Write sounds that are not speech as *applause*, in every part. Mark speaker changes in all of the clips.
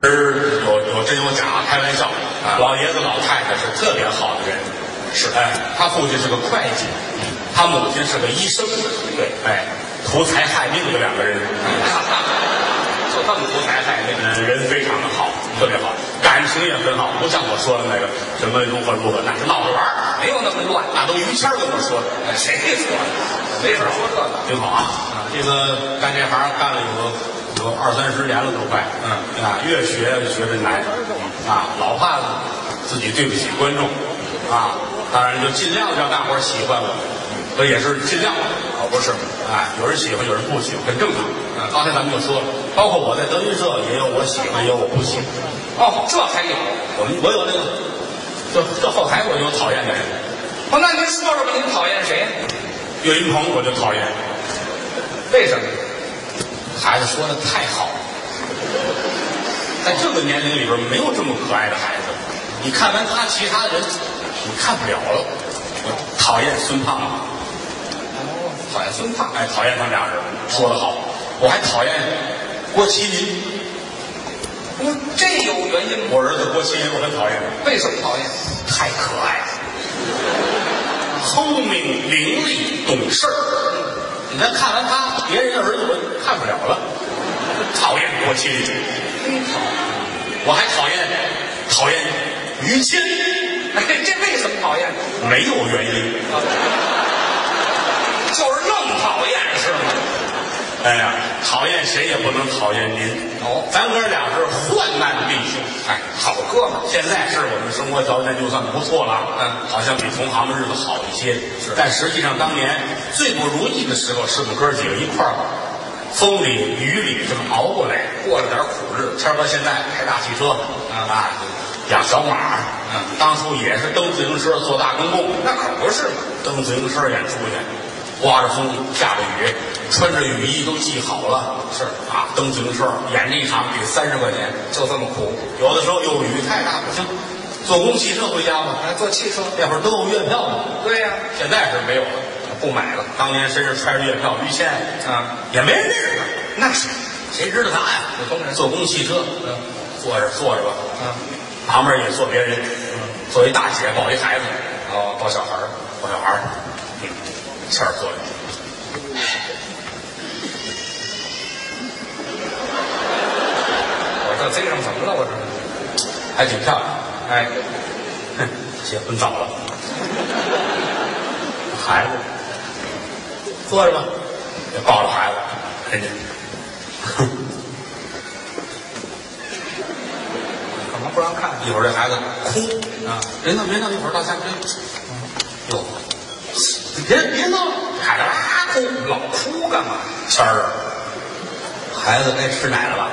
Speaker 1: 真有有真有假，开玩笑。老爷子老太太是特别好的人，是哎，他父亲是个会计，他母亲是个医生，对，哎，图财害命的两个人， *laughs* 就他们图财害命，呃人非常的好，特别好，感情也很好，不像我说的那个什么如何如何，那是闹着玩儿
Speaker 2: 没有那么乱，
Speaker 1: 那都于谦儿跟我说的，
Speaker 2: 谁说的？没事说这个，
Speaker 1: 挺好啊。啊，这个干这行干了有有二三十年了都快，嗯啊，越学学着难啊，老怕自己对不起观众啊，当然就尽量让大伙儿喜欢我，这也是尽量，可不是啊，有人喜欢，有人不喜欢，很正常。啊，刚才咱们就说了，包括我在德云社也有我喜欢，也有我不喜欢。
Speaker 2: 哦，这还有。
Speaker 1: 我们我有那个，这这后台我就有讨厌的人，
Speaker 2: 哦，那您说说吧，您讨厌谁？
Speaker 1: 岳云鹏我就讨厌，
Speaker 2: 为什么？
Speaker 1: 孩子说的太好了，在这个年龄里边没有这么可爱的孩子。你看完他，其他的人你看不了了。我讨厌孙胖子，
Speaker 2: 讨厌孙胖。
Speaker 1: 哎，讨厌他们俩人，说的好。我还讨厌郭麒麟，
Speaker 2: 不，哦这有原因吗？
Speaker 1: 我儿子郭麒麟我很讨厌，
Speaker 2: 为什么讨厌？
Speaker 1: 太可爱了，聪明伶俐懂事儿。你看看完他，别人的儿子我看不了了，讨厌郭麒麟，我还讨厌讨厌于谦，
Speaker 2: *laughs* 哎，这为什么讨厌？
Speaker 1: 没有原因。
Speaker 2: 就是愣讨厌是吗？
Speaker 1: 哎呀，讨厌谁也不能讨厌您。
Speaker 2: 哦
Speaker 1: 咱哥俩是患难弟兄，哎，
Speaker 2: 好哥们儿，
Speaker 1: 现在是我们生活条件就算不错了，嗯，好像比同行们日子好一些。是，但实际上当年最不如意的时候，是我们哥几个一块儿风里雨里这么熬过来，过了点苦日。谦儿哥现在开大汽车，
Speaker 2: 嗯
Speaker 1: 啊，养小马儿，当初也是蹬自行车做大公共，
Speaker 2: 那可不是嘛。
Speaker 1: 蹬自行车演出去，刮着风，下着雨，穿着雨衣都系好了，是啊，蹬自行车演这一场得三十块钱，
Speaker 2: 就这么苦。
Speaker 1: 有的时候有雨太大不行，坐公共汽车回家吧。
Speaker 2: 哎，坐汽车。
Speaker 1: 那会儿都有月票呢，
Speaker 2: 对呀、
Speaker 1: 现在是没有了，不买了。当年身上揣着月票，于谦
Speaker 2: 啊，
Speaker 1: 也没人认识他，
Speaker 2: 那是
Speaker 1: 谁知道他呀？
Speaker 2: 普通人
Speaker 1: 坐公共汽车，
Speaker 2: 嗯
Speaker 1: 坐着坐着吧，
Speaker 2: 啊，
Speaker 1: 旁边也坐别人，坐一大姐抱一孩子，
Speaker 2: 哦，抱小孩儿，
Speaker 1: 抱小孩儿，嗯谦儿坐着。
Speaker 2: 我这贼上怎么了？我这
Speaker 1: 还挺漂亮， *laughs*
Speaker 2: 哎，
Speaker 1: 哼，结婚早了，孩子，坐着吧，也抱着孩子，哎人家
Speaker 2: 怎么不让看？
Speaker 1: 一会儿这孩子哭
Speaker 2: 啊，
Speaker 1: 嗯人呢人呢，一会儿到下边，哟，别哎别闹了，孩子啊哭，
Speaker 2: 老哭干嘛？
Speaker 1: 谦儿，啊孩子该吃奶了吧？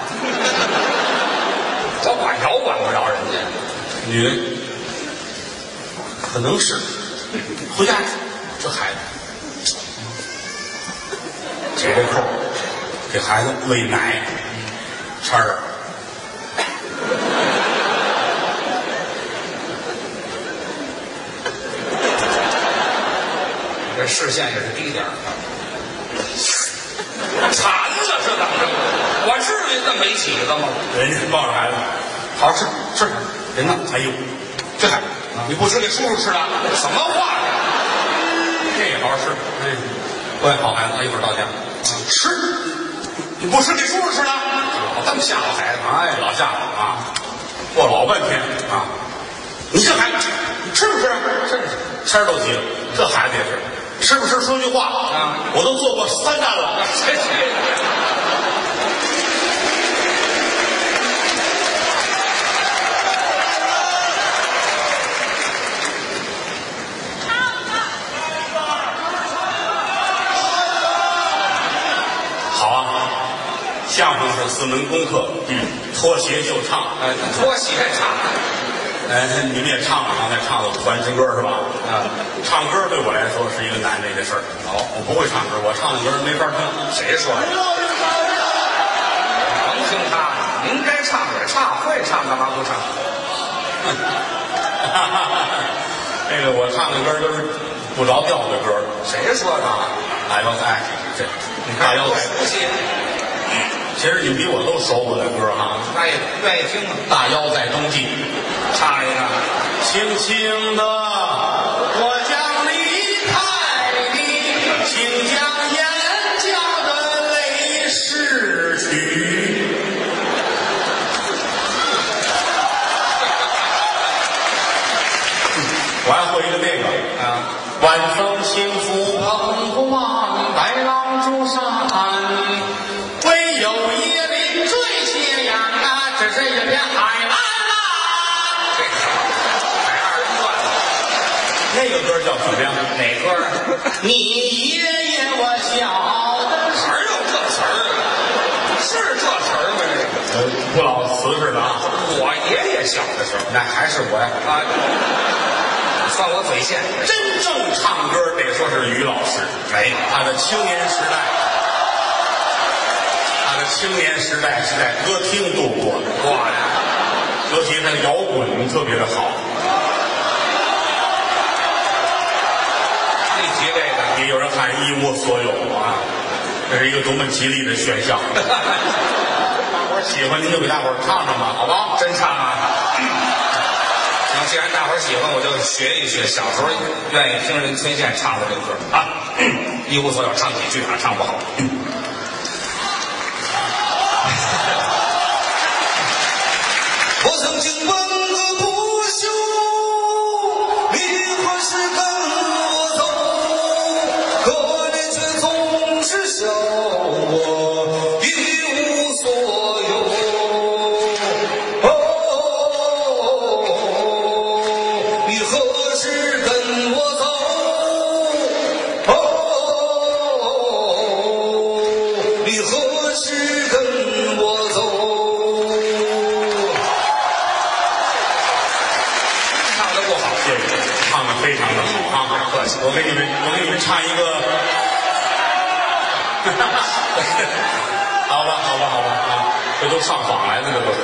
Speaker 2: 我管着管不着人家。
Speaker 1: 女人，可能是，回家去，这孩子，解这扣，给孩子喂奶，谦儿啊，
Speaker 2: 这视线也是低点儿，啊 *laughs* 馋呢是怎么着？我至于这么没起子吗？ *laughs*
Speaker 1: 人家抱着孩子，好好吃吃，人呢？哎呦，这孩子，你不吃给叔叔吃的，
Speaker 2: 什么话呀？
Speaker 1: 这也好好吃，哎，乖好孩子，一会儿到家，吃，你不吃给叔叔吃的，老这么吓唬孩子，哎，老吓唬啊，过老半天啊，你这孩子，你吃不吃？真是，天儿都急了，这孩子也是，吃不吃说句话
Speaker 2: 啊
Speaker 1: 我都做过三站了。
Speaker 2: 谁谁
Speaker 1: 好啊，相声是四门功课，嗯，脱鞋就唱，
Speaker 2: 哎，脱鞋唱，
Speaker 1: 哎，你们也唱了，刚才唱了团支歌是吧？
Speaker 2: 啊
Speaker 1: 唱歌对我来说是一个难为的事儿。好，我不会唱歌，我唱的歌没法听。
Speaker 2: 谁说的？甭听他的，您该唱也唱，会唱干嘛不唱？
Speaker 1: 那个我唱的歌都是不着调的歌，
Speaker 2: *laughs* 谁说的？
Speaker 1: 大腰菜，这大腰菜
Speaker 2: 不，熟悉，
Speaker 1: 其实你比我都熟我的歌哈。
Speaker 2: 那也愿意听 *laughs* 啊。
Speaker 1: 大腰在冬季，
Speaker 2: 唱一个，
Speaker 1: 轻轻的，我将离开你，请将眼角的泪拭去。我还会一个那个。
Speaker 2: 啊，
Speaker 1: 晚风轻拂澎湖湾，白浪逐沙岸，唯有椰林缀斜阳啊，这是一片海岸啊。
Speaker 2: 这
Speaker 1: 那
Speaker 2: 个买哎二人转了
Speaker 1: 个歌叫什么呀？
Speaker 2: 哪歌啊？
Speaker 1: 你爷爷我小的时
Speaker 2: 哪儿有这词儿啊？是这词儿吗？这
Speaker 1: 候，
Speaker 2: 个
Speaker 1: 呃不老词似的啊。
Speaker 2: 我爷爷小的时候
Speaker 1: 那还是我呀。
Speaker 2: 啊，算我嘴欠。
Speaker 1: 真正唱歌得说是于老师，哎，他的青年时代，他的青年时代是在歌厅度过的。
Speaker 2: 我呀，
Speaker 1: 尤其他的摇滚特别的好，
Speaker 2: 一提这个，
Speaker 1: 也有人喊一无所有啊，这是一个多么吉利的选项。大伙儿喜欢您就给大伙儿唱唱吧，好不好？
Speaker 2: 真唱啊！行，既然大伙儿喜欢，我就学一学小时候愿意听人崔健唱的这歌啊。一无所有，唱几句啊，唱不好。我曾经问个不休，你何时跟我走？可你却总是笑我一无所有。哦，你何时跟我走？哦，你何时跟我走？唱的不好， *laughs*
Speaker 1: 谢谢，唱的非常的好啊！客气，我给你们，我给你们唱一个，好吧，好吧，好吧啊！这都上访来的，这都是。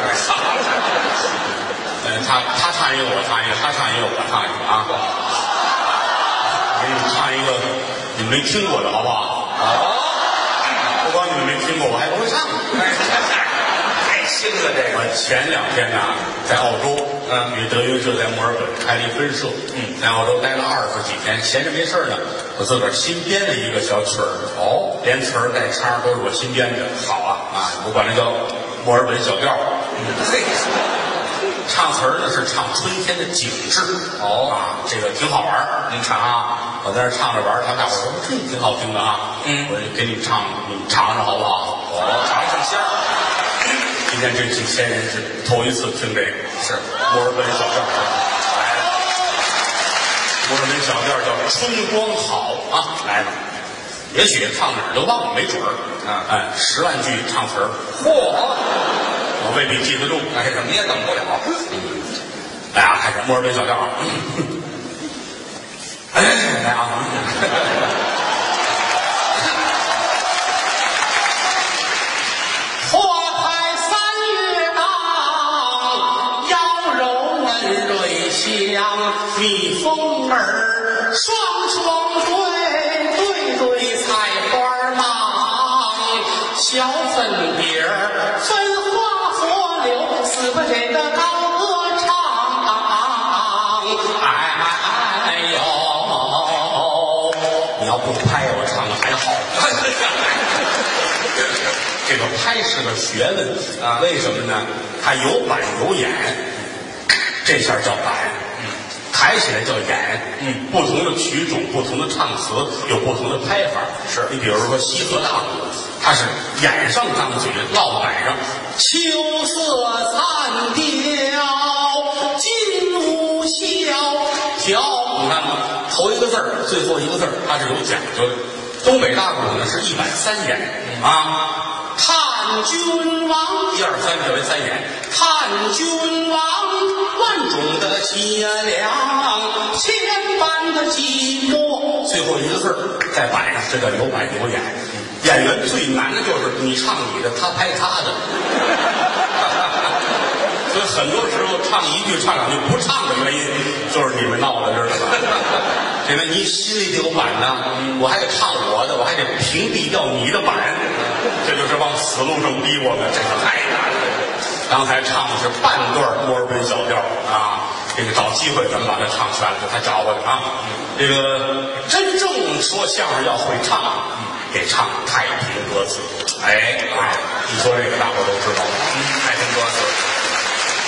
Speaker 1: 嗯，他他唱一个，我唱一个，他唱一个，我唱一个啊！我给你们唱一个你们没听过的，好不好？不光你们没听过，我还不会唱。
Speaker 2: 太轻了这个。
Speaker 1: 我前两天呐、在澳洲，呃
Speaker 2: 嗯
Speaker 1: 与德云社在墨尔本开了一分社，嗯，在澳洲待了二十几天，闲着没事儿呢，我自个儿新编了一个小曲儿，哦，连词儿带腔儿都是我新编的，好啊啊，我管它叫墨尔本小调儿，
Speaker 2: 嘿，
Speaker 1: 唱词儿呢是唱春天的景致，哦啊，这个挺好玩儿，您唱啊，我在那儿唱着玩儿，他们大伙儿说这挺好听的啊，
Speaker 2: 嗯
Speaker 1: 我就给你们唱，你们尝尝好不好？
Speaker 2: 我
Speaker 1: 哦，
Speaker 2: 尝尝鲜儿。
Speaker 1: 今天这几千人是头一次听这个，
Speaker 2: 是
Speaker 1: 墨尔本小调儿。墨尔本小调儿叫《春光好》啊，来吧。也许唱哪儿就忘了，没准儿。
Speaker 2: 啊
Speaker 1: 哎，十万句唱词儿，
Speaker 2: 嚯，
Speaker 1: 我未必记得住。
Speaker 2: 哎，怎么也等不了。
Speaker 1: 来啊，开始墨尔本小调啊。哎，来啊。花开三月当，妖柔嫩蕊香，蜜蜂儿双双对，对对采花忙。小粉蝶儿分花拂柳，死不这个高歌唱。哎哎哎呦！你要不拍我唱的还好。这个拍是个学问
Speaker 2: 啊
Speaker 1: 为什么呢？它有板有眼，这下叫板，抬起来叫眼。嗯，不同的曲种、不同的唱词有不同的拍法。
Speaker 2: 是
Speaker 1: 你比如说西河大鼓，它是眼上张嘴，落板上。秋色残凋，金屋笑。调，你看吧，头一个字儿，最后一个字儿，它是有讲究的。东北大鼓呢是一板三眼啊，看君王，一二三变为三眼，看君王，万种的凄凉，千般的寂寞，最后一个字儿在板上，这叫有板有眼。演员最难的就是你唱你的，他拍他的。所以很多时候唱一句唱两句不唱的原因，就是你们闹的，知道吧？因为你心里得有板呐，我还得唱我的，我还得屏蔽掉你的板，这就是往死路上逼我们，这是太难了。刚才唱的是半段墨尔本小调啊，这个找机会咱们把它唱全了，他找过来啊。这个真正说相声要会唱，得唱太平歌词。
Speaker 2: 哎，
Speaker 1: 哎，你说这个大伙儿都知道。
Speaker 2: 太平歌词，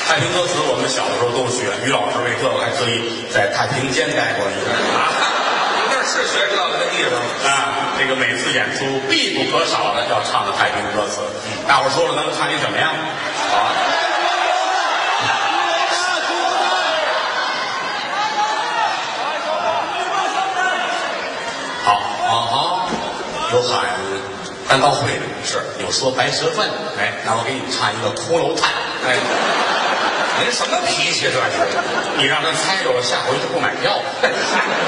Speaker 1: 太平歌词我们小的时候都学，于老师为这个还特意在太平间待过一段
Speaker 2: 啊，你那儿是学这个的地方吗？
Speaker 1: 啊。这个每次演出必不可少的要唱的太平歌词。大伙儿说了，咱们看你怎么样？好啊。
Speaker 3: *laughs*
Speaker 1: 好啊好，有喊单刀会的，是有说白蛇传的，哎，那我给你唱一个骷髅叹，
Speaker 2: 哎，您什么脾气这是？
Speaker 1: 你让他猜着了，下回就不买票了。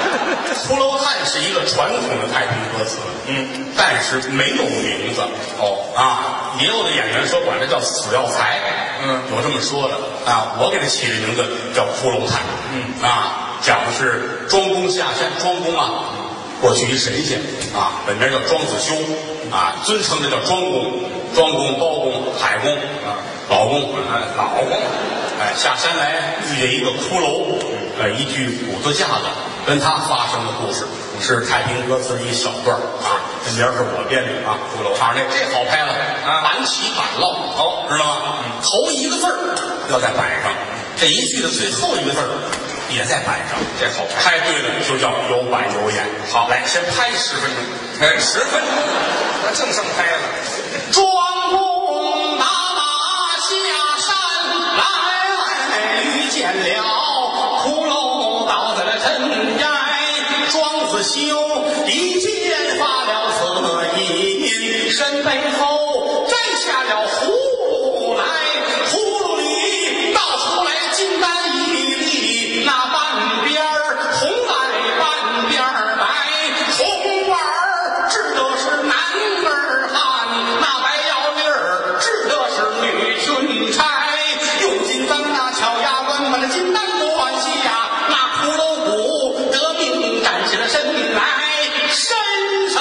Speaker 1: *laughs* 骷髅叹是一个传统的太平歌词，嗯，但是没有名字
Speaker 2: 哦
Speaker 1: 啊。也有的演员说管它叫死药材，
Speaker 2: 嗯，
Speaker 1: 有这么说的啊。我给它起的名字叫骷髅叹，嗯啊，讲的是庄公下山，庄公啊，过去一神仙啊，本名叫庄子修啊，尊称的叫庄公，庄公、包公、海公啊，老公啊，老公，哎，下山来遇见一个骷髅，呃，一具骨头架子，跟他发生的故事是太平歌词的一小段儿啊，这名儿是我编的啊，骷髅唱这这好拍了
Speaker 2: 啊
Speaker 1: 板起板落，哦，知道吗？头一个字儿要在板上，这一句的最后一个字儿也在板上，
Speaker 2: 这好拍，
Speaker 1: 拍对了就叫有板有眼。好，来先拍十分钟。
Speaker 2: 哎，十分钟，那正盛拍了。
Speaker 1: 庄公拿马下山来，遇见了骷髅倒在了尘埃。庄子修一剑发了此印，身背后摘下了葫芦来，葫芦里倒出来金丹一粒，那半边儿红来半边儿白，红丸儿治的是男儿汉，那白药粒儿治的是女裙钗。用金簪那巧牙关把那金丹都换下，那骷髅骨得命站起了身来，伸手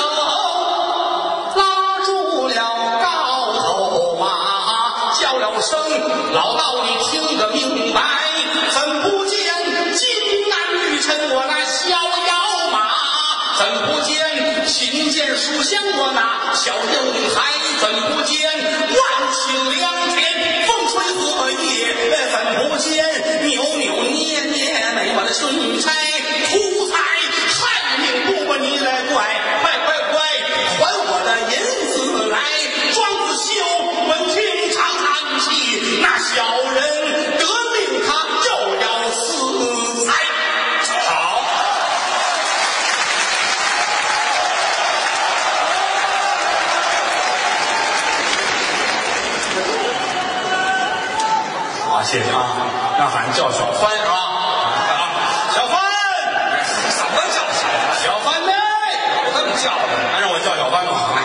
Speaker 1: 拉住了高头马，叫了声老道，你听个明白，怎不见金南玉臣我那逍遥马？怎不见琴剑书香我那小英才？怎不见万顷良田风吹荷叶？怎不见扭扭捏捏美我的顺差秃才？害命不把你来怪，快快快还我的银子来！庄子修闻听长叹气，那小人得命他就要死才。好。好，谢谢啊！那喊叫小帆啊，啊，小帆，
Speaker 2: 什么叫小孩？
Speaker 1: 小帆呢？
Speaker 2: 有这么叫的吗？
Speaker 1: 还让我叫小帆吗？
Speaker 2: 哎，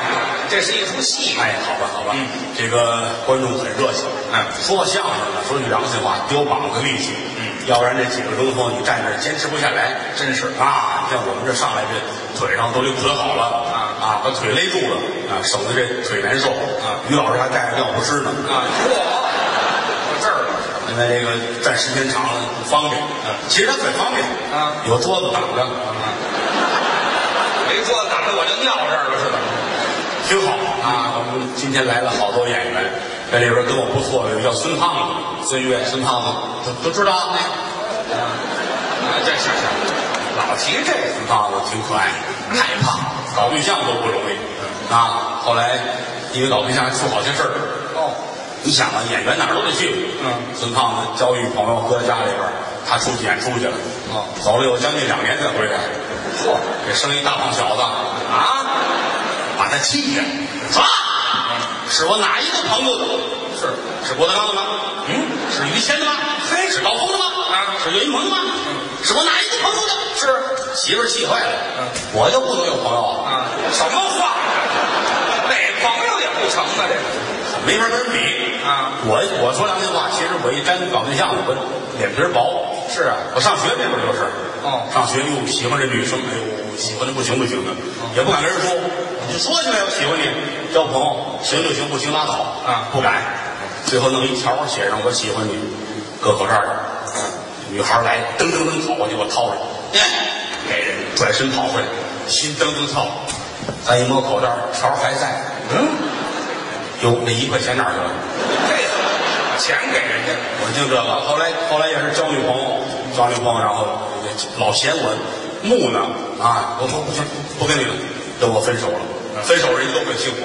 Speaker 2: 这是一出戏。
Speaker 1: 哎，好吧，好吧，这个观众很热情。哎
Speaker 2: 嗯
Speaker 1: 说相声呢，说句良心话，丢膀子力气。嗯，要不然这几个钟头你站这儿坚持不下来，真是啊！你像我们这上来这腿上都得捆好了啊啊，把腿勒住了啊，省得这腿难受啊。于老师还带着尿不湿呢
Speaker 2: 啊，嚯，到这儿了。
Speaker 1: 因为这个站时间长了不方便。嗯，其实他很方便
Speaker 2: 啊，
Speaker 1: 有桌子挡着，
Speaker 2: 没桌子挡着我就尿这儿了是吧？
Speaker 1: 挺好啊！我们今天来了好多演员，在里边跟我不错的有叫孙胖子、孙越、孙胖子，都都知道啊。
Speaker 2: 啊，这是是，老提这个
Speaker 1: 孙胖子挺可爱，太胖， *laughs* 搞对象都不容易啊。后来因为搞对象还出好些事儿。
Speaker 2: 哦，
Speaker 1: 你想啊，演员哪儿都得去。
Speaker 2: 嗯，
Speaker 1: 孙胖子交一朋友搁家里边儿，他出去演出去了。
Speaker 2: 哦，
Speaker 1: 走了有将近两年才回来。
Speaker 2: 嚯
Speaker 1: 这生一大胖小子啊，把他气的啊！是我哪一个朋友的？是是郭德纲的吗？嗯，是于谦的吗？嘿，是高峰的吗？啊，是岳云鹏的吗？
Speaker 2: 嗯
Speaker 1: 是我哪一个朋友的？是媳妇儿气坏了，我又不能有朋友啊。
Speaker 2: 啊，什么话？哪朋友也不成啊这个。
Speaker 1: 好没法跟人比
Speaker 2: 啊！
Speaker 1: 我我说良心话，其实我一沾搞对象，我脸皮儿薄。
Speaker 2: 是啊
Speaker 1: 我上学那会儿就是，
Speaker 2: 哦
Speaker 1: 上学哟喜欢这女生，哎呦喜欢的不行不行的，也不敢跟人说，你就说起来我喜欢你，交朋友行就行，不行拉倒
Speaker 2: 啊
Speaker 1: 不敢。最后弄一条儿写上我喜欢你，搁口袋儿里。女孩儿来了，噔噔噔跑过去，我掏着，哎给人转身跑回来，心噔噔跳。咱一摸口袋儿，条儿还在，嗯，哟，那一块钱哪儿去了？
Speaker 2: 这怎么把钱给人家？
Speaker 1: 我就这个，后来后来也是交女朋友，交女朋友，然后老嫌我木讷啊，我不不行，不跟你了，跟我分手了。分手人都很幸福，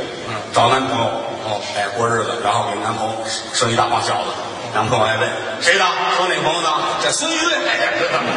Speaker 1: 找男朋友，哦，哎，过日子，然后给男朋友生一大胖小子，男朋友还问谁的，说哪朋友的，
Speaker 2: 这孙悦，哎知道吗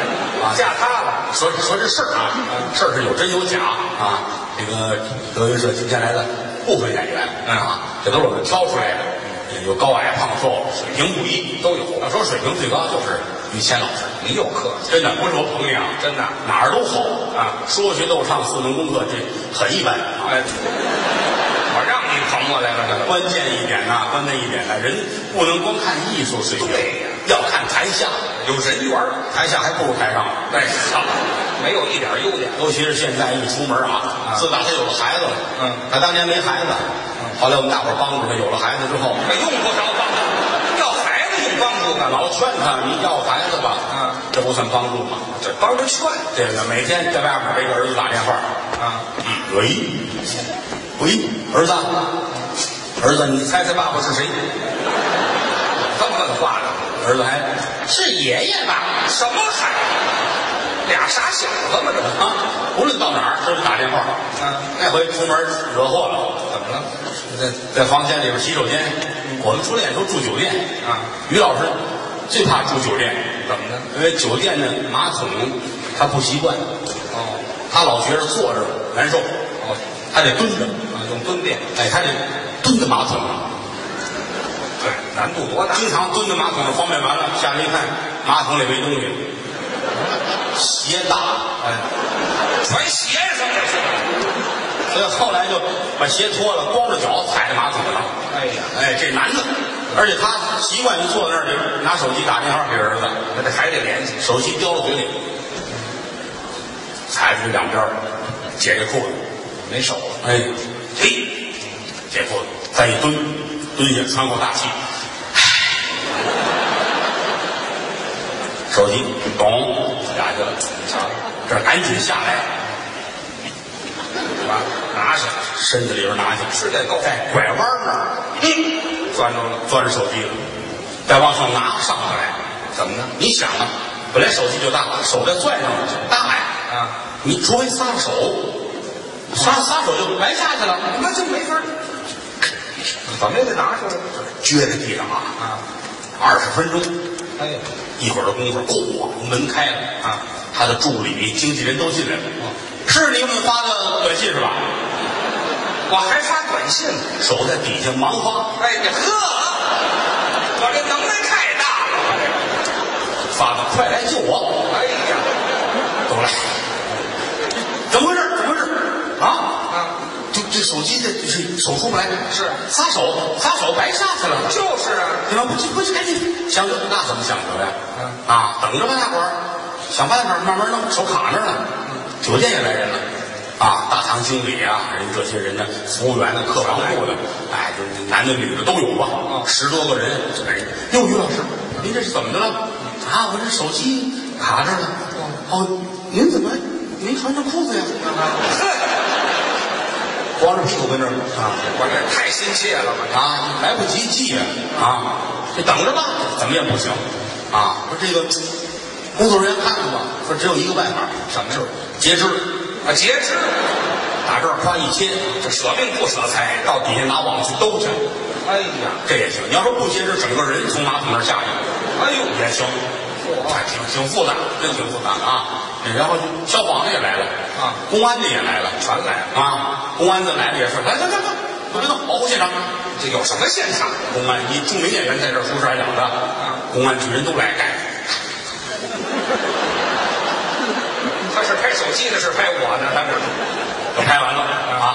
Speaker 1: 啊
Speaker 2: 嫁他了。
Speaker 1: 说说这事儿啊，事儿是有真有假啊。这个德云社今天来的部分演员啊，这都是我们挑出来的，有高矮胖瘦，水平不一都有。要说水平最高就是于谦老师，
Speaker 2: 你又客气，
Speaker 1: 真的不是我捧你啊，
Speaker 2: 真的
Speaker 1: 哪儿都好啊，说学逗唱四门功课这很一般啊。
Speaker 2: 哎，我让你捧我来了，这
Speaker 1: 关键一点呐、关键一点呢、人不能光看艺术水平，
Speaker 2: 对呀
Speaker 1: 要看台下，
Speaker 2: 有人缘儿，
Speaker 1: 台下还不如台上。
Speaker 2: 哎，好，没有一点优点。
Speaker 1: 尤其是现在一出门啊，自打他有了孩子了，
Speaker 2: 嗯
Speaker 1: 他当年没孩子，后来我们大伙儿帮助他有了孩子之后，
Speaker 2: 哎用不着帮助，要孩子你帮助干嘛？
Speaker 1: 老劝他你要孩子吧，
Speaker 2: 嗯，
Speaker 1: 这不算帮助吗？
Speaker 2: 这帮着劝
Speaker 1: 这个每天在外面给儿子打电话，
Speaker 2: 啊，
Speaker 1: 喂，喂，儿子，儿子，你猜猜爸爸是谁？
Speaker 2: 这么问话的，
Speaker 1: 儿子还是爷爷吧？
Speaker 2: 什么孩子？俩傻小子吗？这不
Speaker 1: 啊，无论到哪儿都得打电话。
Speaker 2: 嗯
Speaker 1: 那回出门惹祸了。
Speaker 2: 怎么了？
Speaker 1: 在在房间里边洗手间，我们出来演出住酒店
Speaker 2: 啊。
Speaker 1: 于老师最怕住酒店，
Speaker 2: 怎么呢？
Speaker 1: 因为酒店的马桶他不习惯，
Speaker 2: 哦
Speaker 1: 他老觉着坐着难受，
Speaker 2: 哦，
Speaker 1: 他得蹲着，
Speaker 2: 啊用蹲便，
Speaker 1: 哎，他得蹲着马桶，
Speaker 2: 对，难度多大？
Speaker 1: 经常蹲着马桶方便完了，下来一看马桶里没东西，鞋大，
Speaker 2: 哎，全鞋上这是。
Speaker 1: 所以后来就把鞋脱了，光着脚踩在马桶上。
Speaker 2: 哎呀，
Speaker 1: 哎，这男的，而且他习惯于坐在那儿就拿手机打电话给儿子。
Speaker 2: 那这还得联系。
Speaker 1: 手机叼到嘴里，踩出去两边儿，解这裤子，
Speaker 2: 没手了，
Speaker 1: 哎，嘿，解裤子，再一蹲，蹲下喘口大气，唉手机咚下去了，
Speaker 2: 你瞧，是
Speaker 1: 这儿赶紧下来，
Speaker 2: 吧？拿下，
Speaker 1: 身子里边拿下，
Speaker 2: 是得够，
Speaker 1: 在拐弯那儿，嗯，
Speaker 2: 攥住了。
Speaker 1: 攥着手机了，再往上拿上不来，
Speaker 2: 怎么呢？
Speaker 1: 你想啊，本来手机就大，手再攥上大呀。
Speaker 2: 啊，
Speaker 1: 你除非撒手，撒撒手就白下去了，
Speaker 2: 那就没法，怎么也得拿出来。
Speaker 1: 撅在地上啊，
Speaker 2: 啊，
Speaker 1: 二十分钟，
Speaker 2: 哎呀，
Speaker 1: 一会儿的功夫，嚯，门开了
Speaker 2: 啊！
Speaker 1: 他的助理、经纪人都进来了，是你们发的短信是吧？
Speaker 2: 我还发短信呢。
Speaker 1: 手在底下忙发，
Speaker 2: 哎呀呵，我这能耐太大了，我
Speaker 1: 发的快来救我！
Speaker 2: 这。哎呀，
Speaker 1: 都来， *laughs* 怎么回事？怎么回事？啊！
Speaker 2: 啊，
Speaker 1: 这这手机这这手出不来，
Speaker 2: 是
Speaker 1: 撒手撒手白下去了。
Speaker 2: 就是啊，
Speaker 1: 你说不去不哎去，赶紧想辙，那怎么想辙呀？
Speaker 2: 嗯
Speaker 1: 啊，等着吧，大伙儿想办法，慢慢弄，手卡那儿了。酒店也来人了，啊，大堂经理啊，人这些人呢，服务员呢，客房部的，哎，就是男的女的都有吧，十多个人。哎，哟，于老师，哎您这是怎么的了？啊，我这手机卡这儿了。哦，您怎么没穿着裤子呀？ *laughs* 光着屁股跟这儿啊。
Speaker 2: 我这太心切了，我
Speaker 1: 啊，来不及记呀、啊，这等着吧，怎么也不行，啊，说这个工作人员看看吧，说只有一个办法，什么事儿？截肢，
Speaker 2: 这啊截肢，
Speaker 1: 打这儿夸一切，
Speaker 2: 这舍命不舍财。
Speaker 1: 到底下拿网去兜去，
Speaker 2: 哎呀，
Speaker 1: 这也行。你要说不截肢，整个人从马桶那儿下去
Speaker 2: 哎呦，
Speaker 1: 也行，哎挺挺复杂，真挺复杂的啊。然后消防的也来了，
Speaker 2: 啊，
Speaker 1: 公安的也来了，
Speaker 2: 全来了，
Speaker 1: 啊，公安的来了也是，来来来来，快别动，保护现场。
Speaker 2: 这有什么现场？
Speaker 1: 公安，你著名演员在这儿出事儿养的，公安局人都来盖。
Speaker 2: 他是拍手机的，是拍我呢，他这
Speaker 1: 都拍完了啊，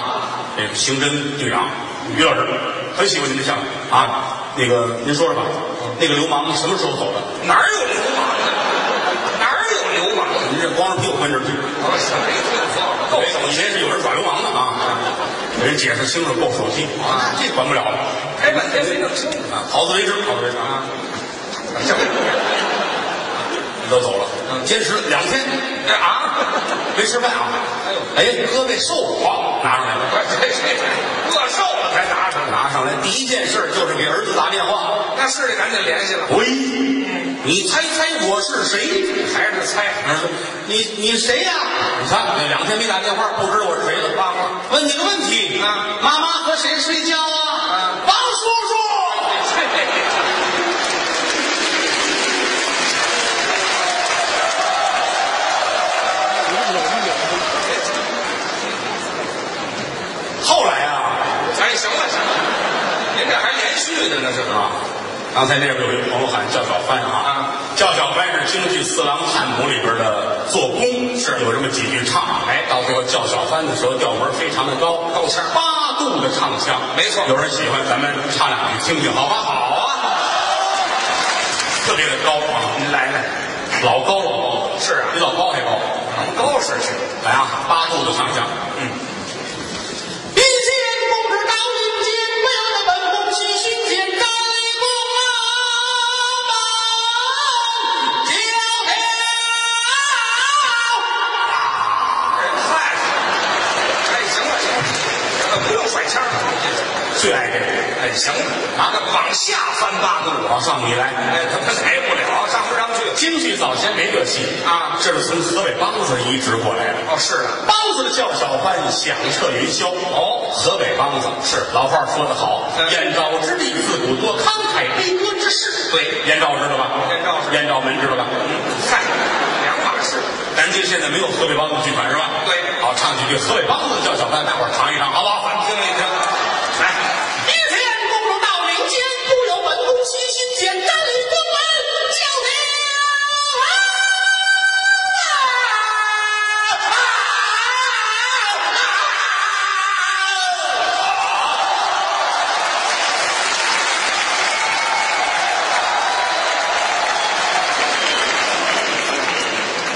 Speaker 1: 这个刑侦队长于老师很喜欢您的相声啊。那个您说说吧，那个流氓什么时候走的？
Speaker 2: 哪儿有流氓啊？哪儿有流氓啊？
Speaker 1: 您这光着屁股跟着去，
Speaker 2: 我什么一听错够什么？
Speaker 1: 以前是有人耍流氓的啊，给人解释清楚够手气啊，这管不了
Speaker 2: 开半天没弄清楚，
Speaker 1: 啊，好自为之，好自为之啊。
Speaker 2: 这
Speaker 1: 你都走了，坚持两天
Speaker 2: 这啊，
Speaker 1: 没吃饭啊。哎，胳膊受过，拿上来了。
Speaker 2: 我这这饿瘦了才拿上，
Speaker 1: 拿上来，第一件事就是给儿子打电话。
Speaker 2: 那是得赶紧联系了，
Speaker 1: 喂，你猜猜我是谁？
Speaker 2: 还是猜
Speaker 1: 儿子，你你谁呀、你看，那两天没打电话，不知道我是谁了。
Speaker 2: 忘了。
Speaker 1: 问你个问题
Speaker 2: 啊，
Speaker 1: 妈妈和谁睡觉啊？王叔叔。后来啊，
Speaker 2: 哎，行了行了，您这还连续的呢，这
Speaker 1: 啊，刚才那边有一朋友喊叫小帆啊，
Speaker 2: 啊
Speaker 1: 叫小帆是京剧《四郎探母》里边的做工，是有这么几句唱。哎，到时候叫小帆的时候，调门非常的高，
Speaker 2: 够呛
Speaker 1: 八度的唱腔，
Speaker 2: 没错
Speaker 1: 有人喜欢，咱们唱两句听听，好吧？好啊，特别的高啊，
Speaker 2: 您来来，
Speaker 1: 老高老高，
Speaker 2: 是啊
Speaker 1: 比老高还高。
Speaker 2: 能够是去，
Speaker 1: 来啊，八度的唱腔，嗯。
Speaker 3: 一见公之当阴间，不由得本宫起心间，干公啊叫天。
Speaker 2: 嗨，哎，行了行了，咱们不用甩腔了，
Speaker 1: 最爱这个，
Speaker 2: 哎，行了，拿着往下翻八度，
Speaker 1: 往上你来。
Speaker 2: 哎，他们来不了，上不上去？
Speaker 1: 京剧早先没这戏
Speaker 2: 啊
Speaker 1: 这是从河北梆子移植过来的。
Speaker 2: 哦，是啊，
Speaker 1: 梆子叫小贩，响彻云霄。哦，河北梆子是老话说得好，
Speaker 2: 嗯
Speaker 1: 燕赵之地自古多慷慨悲歌之士。
Speaker 2: 对
Speaker 1: 燕赵知道吧？
Speaker 2: 燕赵是
Speaker 1: 燕赵门知道吧？
Speaker 2: 嗨，两码事，
Speaker 1: 南京现在没有河北梆子剧团是吧？
Speaker 2: 对
Speaker 1: 好，唱几句河北梆子叫小贩，大伙儿尝一尝，好不好？
Speaker 2: 听一听，来，
Speaker 3: 一见公主到人间，不由本宫起心间，干公啊叫天。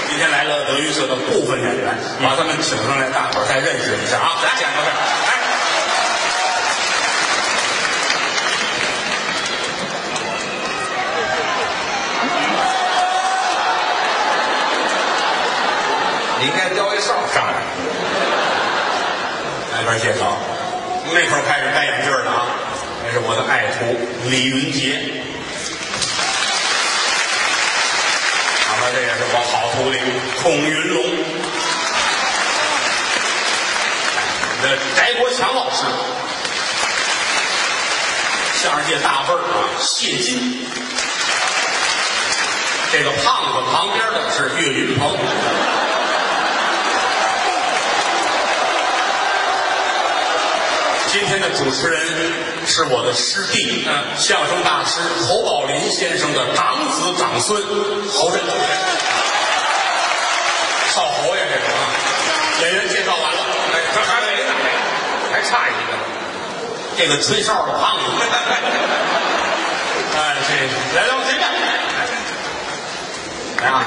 Speaker 1: 今天来了德云社的部分演员，把他们请上来，大伙儿再认识一下啊。
Speaker 2: 咱讲个事儿，来，你应该叼一哨上来。
Speaker 1: 来边介绍，从那会儿开始戴眼镜了啊，这是我的爱徒李云杰。旁边这也是我好徒弟孔云龙，我哎们的翟国强老师，相声界大辈儿啊，谢金。这个胖子旁边的是岳云鹏。今天的主持人是我的师弟，
Speaker 2: 嗯
Speaker 1: 相声大师侯宝林先生的长子长孙侯震。少侯呀，这个啊，演员介绍完了，
Speaker 2: 哎，这还没呢，还差一个。
Speaker 1: 这个吹哨的胖子，哎，这来聊随便，来啊，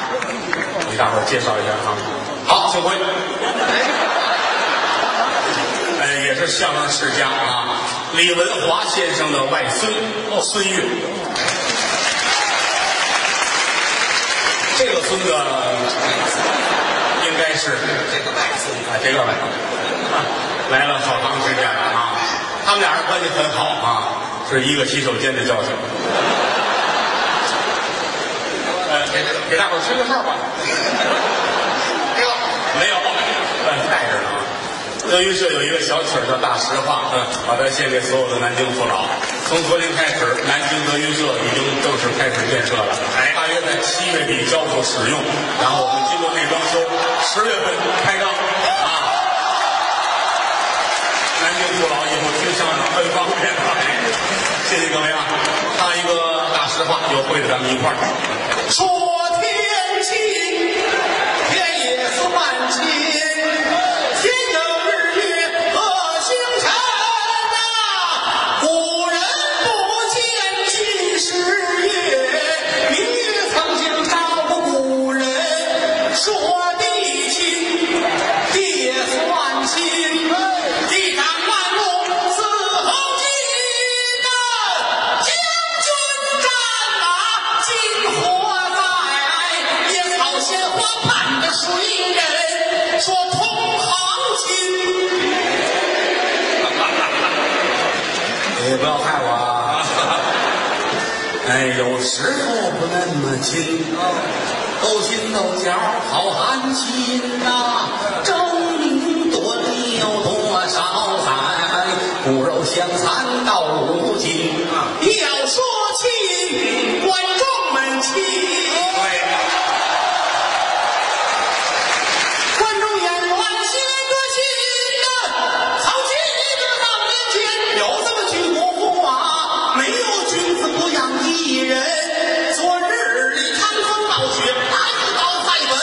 Speaker 1: 给大伙儿介绍一下啊，好，请回。哎，也是相声世家啊，李文华先生的外孙，哦，孙越。这个孙子应该是
Speaker 2: 这个外孙
Speaker 1: 啊，这个吧，来了好长时间了啊，他们俩人关系很好啊，是一个洗手间的交情。呃，给给大伙儿吹个哨吧。
Speaker 2: 这个
Speaker 1: 没有，呃带着呢啊。德云社有一个小曲儿叫《大实话》，嗯，把它献给所有的南京父老。从昨天开始，南京德云社已经正式开始建设了，哎，大约在七月底交付使用，然后我们经过内装修，十月份开张啊。南京父老以后听相声很方便了，哎谢谢各位啊！唱一个大实话，有会的咱们一块儿。
Speaker 3: 说天晴，天也算晴，天有日月和星辰呐、活在野草鲜花畔的谁人说同行情？
Speaker 1: 你不要害我啊！哎，有时候不那么亲，啊勾心斗角好寒心呐、争名夺利有多少载，骨肉相残到如今啊！
Speaker 3: 要说亲，观众们亲，
Speaker 2: 对，
Speaker 3: 观众眼光些个心呐。曾经一个当年间，有这么句国风啊，没有君子不养艺人。昨日里趟风冒雪，来到塞北；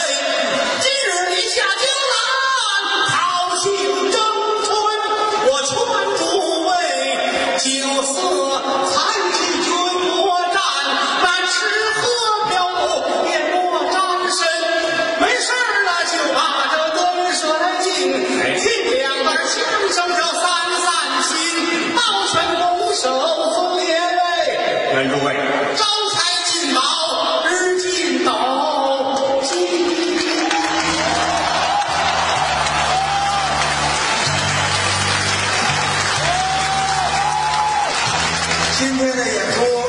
Speaker 3: 今日里下江南，好戏争春。我劝诸位，酒色财气君莫沾，那吃喝嫖赌也莫沾身。没事儿了就把这根栓进，一两袋香绳这散散心，抱拳拱手送列位。
Speaker 1: 愿诸位
Speaker 3: 招财进宝，日进斗金。
Speaker 4: 今天的演出